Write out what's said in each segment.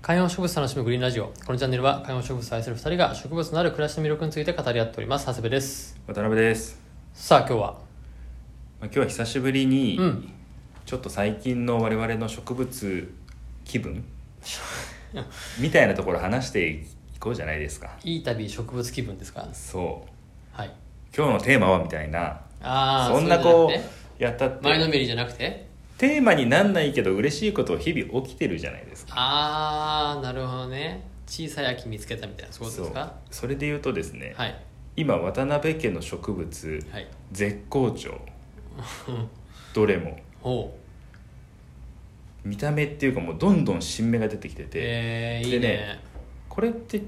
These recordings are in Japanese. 観葉植物楽しむグリーンラジオこのチャンネルは観葉植物を愛する2人が植物のある暮らしの魅力について語り合っております長谷部です渡辺です、さあ今日はまあ、今日は久しぶりに、うんちょっと最近の我々の植物気分みたいなところ話していこうじゃないですかいい旅植物気分ですかそうはい今日のテーマはみたいなああそんなこうやったっ前のめてりじゃなくてテーマになんないけど嬉しいことを日々起きてるじゃないですかああなるほどね小さい秋見つけたみたいなそういうことですかそうそれで言うとですね、はい今渡辺家の植物はい絶 好調どれもほう見た目っていうかもうどんどん新芽が出てきてて、えー、いでいねねこれって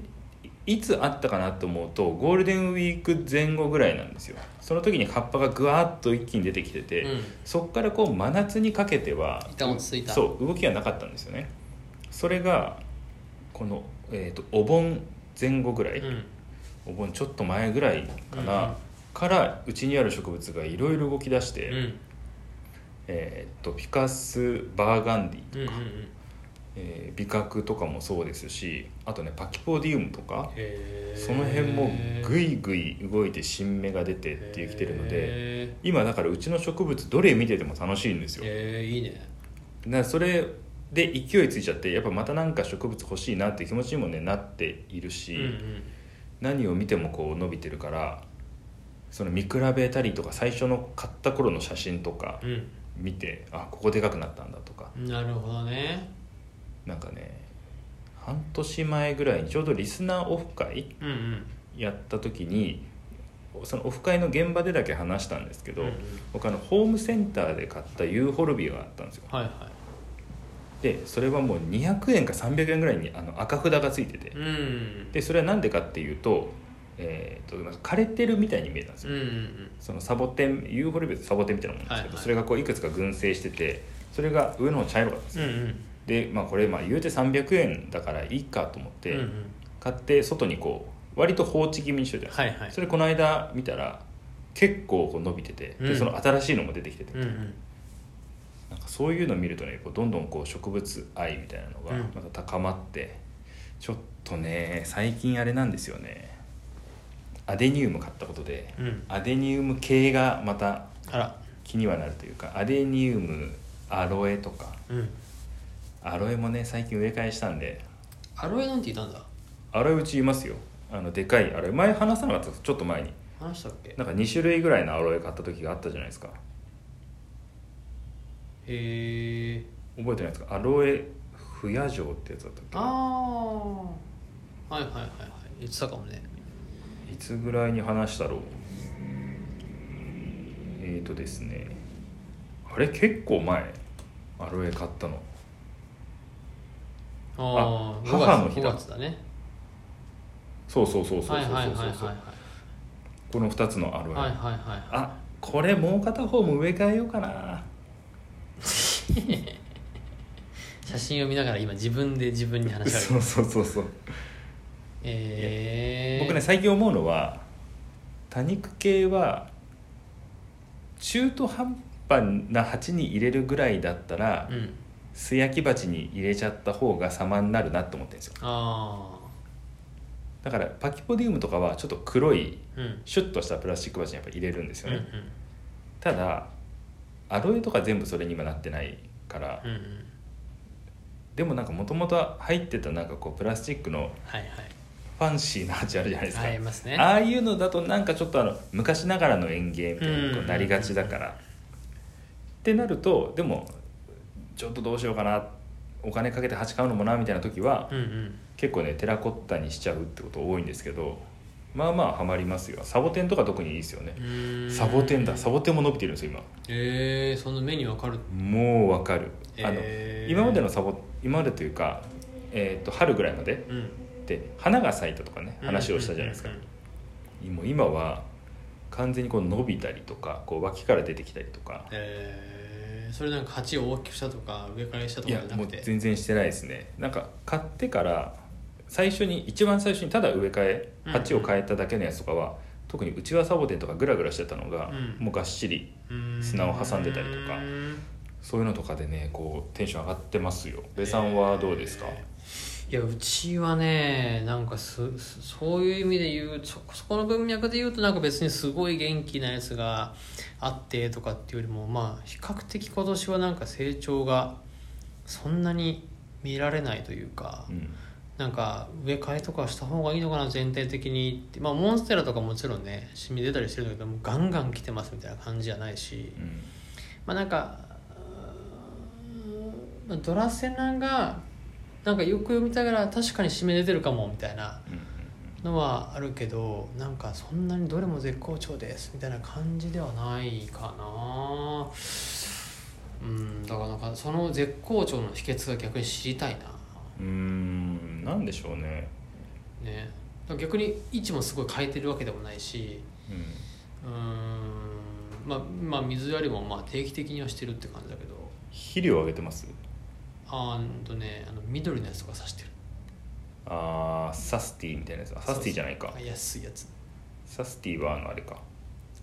いつあったかなと思うとゴールデンウィーク前後ぐらいなんですよその時に葉っぱがぐわっと一気に出てきてて、うんそこからこう真夏にかけては一旦落ち着いたそう動きがなかったんですよねそれがこの、えー、とお盆前後ぐらい、うんお盆ちょっと前ぐらいかうな、んからうちにある植物がいろいろ動き出して、うんえー、とピカスバーガンディうんうんうんえー美角とかもそうですしあとねパキポディウムとかへーその辺もぐいぐい動いて新芽が出てってきてるのでへ今だからうちの植物どれ見てても楽しいんですーよだかへーいいねらそれで勢いついちゃってやっぱまたなんか植物欲しいなって気持ちにもねなっているうし、んうん何を見てもこう伸びてるからその見比べたりとか最初の買った頃の写真とかう見て、あここでかくなったんだとかんなるほどねなんかね半年前ぐらいにちょうどリスナーオフ会うんうんやった時にそのオフ会の現場でだけ話したんですけど、うんうん僕あのホームセンターで買ったユーホルビーがあったんですよはいはでそれはもう200円か300円ぐらいにあの赤札がついてていうんでそれは何でかっていうと,、えー、となんか枯れてるみたいに見えたんですうよ、んうんそのサボテンユーホルビーってサボテンみたいなものなんはいですけど、はいそれがこういくつか群生しててそれが上の方茶色かったんですうんうよ、んで、まあ、これまあ言うて300円だからいいかと思って、うんうん買って外にこう割と放置気味にしてたんですよはいはいそれこの間見たら結構こう伸びてて、うんでその新しいのも出てきてて、うんうんなんかそういうの見るとねこうどんどんこう植物愛みたいなのがうんまた高まって、ちょっとね最近あれなんですよねアデニウム買ったことで、うんアデニウム系がまたあら気にはなるというかアデニウムアロエとかうんアロエもね最近植え替えしたんでアロエなんていたんだアロエうちいますよあのでかいアロエ前話さなかったですちょっと前に話したっけへなんか2種類ぐらいのアロエ買った時があったじゃないですかえ覚えてないですかアロエ不夜城ってやつだったあっあはいはいはいはい言ってたかもねけいつぐらいに話したろうえーとですねあれ結構前アロエ買ったのあああ5母の月日5だ月だねそうそうそうそうはそういそうはいはいはいそうはこの2つのアロいエ、はいはいはあこれもう片方も植え替えようかない写真を見ながら今自分で自分に話しかそけうてそうそうそうええ僕ね最近思うのは多肉系は中途半端な鉢に入れるぐらいだったら、うん素焼き鉢に入れちゃった方が様になるなと思ってるんですよあだからパキポディウムとかはちょっと黒いあうんシュッとしたプラスチック鉢にやっぱ入れるんですうよんうね、んただアロエとか全部それに今なってないから、うんうんでもなんかもともと入ってたなんかこうプラスチックのはいはいファンシーな鉢あるじゃないですか、ありますねああいうのだとなんかちょっとあの昔ながらの園芸みたいなこううんなりがちだから、ってなるとでもちょっとどうしようかなお金かけて鉢買うのもなみたいな時は、うんうん結構ねテラコッタにしちゃうってこと多いんですけどまあまあハマりますよサボテンとか特にいいですよねうーんサボテンだサボテンも伸びてるんですよええその目にわかる今もうわかるあの、えー今までのサボ今までというか、えー、と春ぐらいまでうんで花が咲いたとかね話をしたじゃないですかうんうんもう今は完全にこう伸びたりとかこう脇から出てきたりとかえーそれなんか鉢を大きくしたとか上からしたといかじやゃなもくうて全然してないですねなんか買ってから最初に一番最初にただ植え替えうん鉢を変えただけのやつとかは、特にうちわサボテンとかグラグラしてたのが、うんもうがっしりうーん砂を挟んでたりとかうーんそういうのとかでねこうテンション上がってますよ部さんはどうですか、えいやうちはねなんかすすそういう意味で言うそそこの文脈で言うとなんか別にすごい元気なやつがあってとかっていうよりもまあ比較的今年はなんか成長がそんなに見られないというか、うんなんか植え替えとかした方がいいのかな全体的にってまあモンステラとかもちろんね染み出たりしてるんだけどもうガンガン来てますみたいな感じじゃないしうんまあなんかうーんまあドラセナがなんかよく読みたがら確かに締め出てるかもみたいなうんのはあるけどなんかそんなにどれも絶好調ですみたいな感じではないかなうんだからなんかその絶好調の秘訣が逆に知りたいなうーんなんでしょうね、ね逆に位置もすごい変えてるわけでもないしうん、うーんまあまあ水やりもまあ定期的にはしてるって感じだけど肥料あげてますあーうんとねあの緑のやつとか刺してるあーサスティみたいなやつあサスティじゃないかそうそう安いやつサスティはあのあれか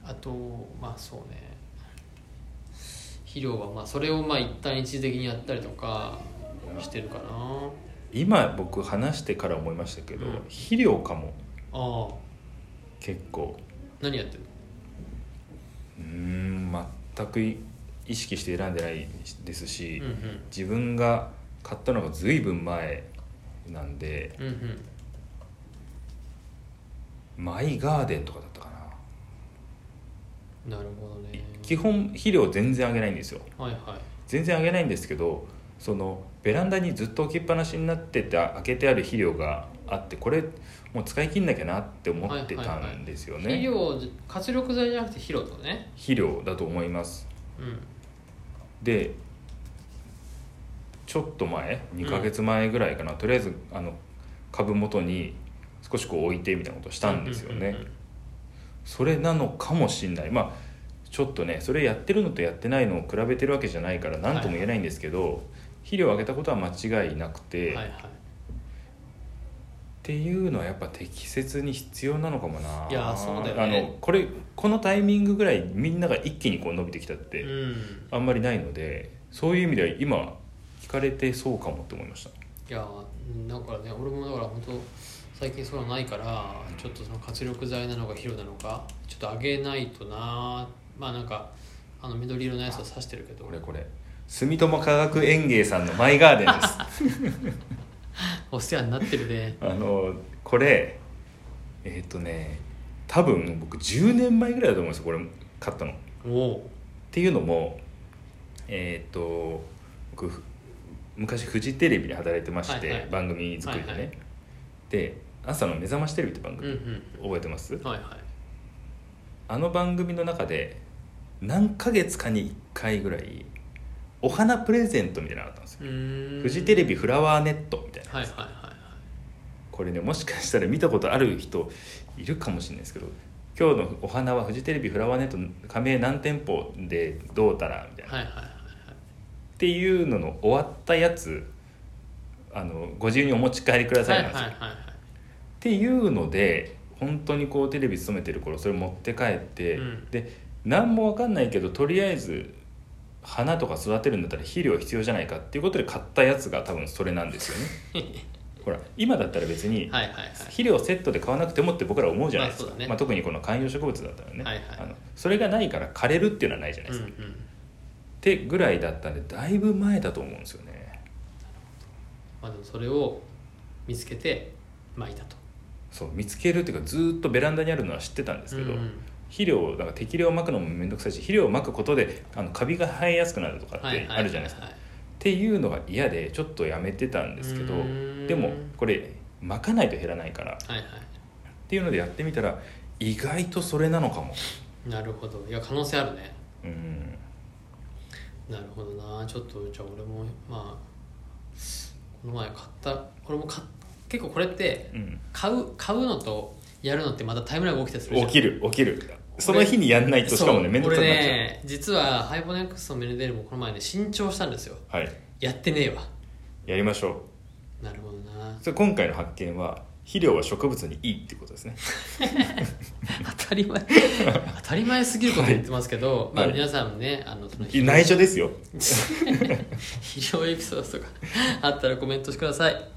あとまあそうね肥料はまあそれをまあ一旦一時的にやったりとかしてるかな今僕話してから思いましたけど、うん肥料かもああ結構何やってるうーん全くい意識して選んでないですし、うんうん自分が買ったのが随分前なんでうんうんマイガーデンとかだったかななるほどね基本肥料全然あげないんですよはいはい全然あげないんですけどそのベランダにずっと置きっぱなしになってて開けてある肥料があってこれもう使い切んなきゃなって思ってたんですよね、肥料活力剤じゃなくて肥料とね肥料だと思いますうんでちょっと前2ヶ月前ぐらいかな、とりあえずあの株元に少しこう置いてみたいなことしたんですよね、うううんうんそれなのかもしんないまあちょっとねそれやってるのとやってないのを比べてるわけじゃないから何とも言えないんですけど、肥料をあげたことは間違いなくて、はいっはていうのはやっぱ適切に必要なのかもないやそうだよねあのこれこのタイミングぐらいみんなが一気にこう伸びてきたっい、て、うん、あんまりないのでそういう意味では今聞かれてそうかもって思いましたいやだからね俺もだから本当最近そういうのないからちょっとその活力剤なのか肥料なのかちょっとあげないとなまあなんかあの緑色のやつは刺してるけどこれこれ住友科学園芸さんのマイガーデンです お世話になってるねあのこれえっ、とね多分僕10年前ぐらいだと思うんですよこれ買ったのっおおていうのもえっ、と僕ふ昔フジテレビに働いてまして、はいはい番組作りでね、はいはいで朝の「目覚ましテレビ」って番うんう組、ん覚えてますはいはいあの番組の中で何ヶ月かに1回ぐらいお花プレゼントみたいなのがあったんですよ、うーんフジテレビビフラワーネットみたいな、はいはいはいはいこれねもしかしたら見たことある人いるかもしれないですけど今日のお花はフジテレビフラワーネットの加盟何店舗でどうたらみたいな、はいはいっていうのの終わったやつあのご自由にお持ち帰りくださはいいなはんいですよ、はいはいっていうので本当にこうテレビ勤めてる頃それ持って帰って、うんで何も分かんないけどとりあえず花とか育てるんだったら肥料必要じゃないかっていうことで買ったやつが多分それなんですよね ほら今だったら別にはいはいはい肥料セットで買わなくてもって僕ら思うじゃないですまあか、まそあうだね特にこの観葉植物だったらね、はいはいあのそれがないから枯れるっていうのはないじゃないうでんうすか、っんてぐらいだったんでだいぶ前だと思うんですよねまあでもそれを見つけてまいたとそう見つけるっていうかずーっとベランダにあるのは知ってたんですけど、うんうん肥料をだから適量まくのも面倒くさいし肥料をまくことであのカビが生えやすくなるとかっはいはいてあるじゃないですか、ははっていうのが嫌でちょっとやめてたんですけどうーんでもこれまかないと減らないからっはいはいていうのでやってみたら意外とそれなのかもなるほどいや可能性あるねうんなるほどなちょっとじゃあ俺もまあこの前買った俺も買っ結構これってうん買う買うのとやるのってまたタイムラグ起きたりするじゃ起んきる起きるその日にやんないとしかもねそう面倒くさくなっ俺ちゃうね実はハイボネックスのメルデルもこの前ね新調したんですよはいやってねえわやりましょなるほど なうそれ今回の発見は肥料は植物にいいってことですね 当たり前当たり前すぎること言ってますけど、まあはい皆さんもねあのその内緒ですよ肥料エピソードとかあったらコメントしてください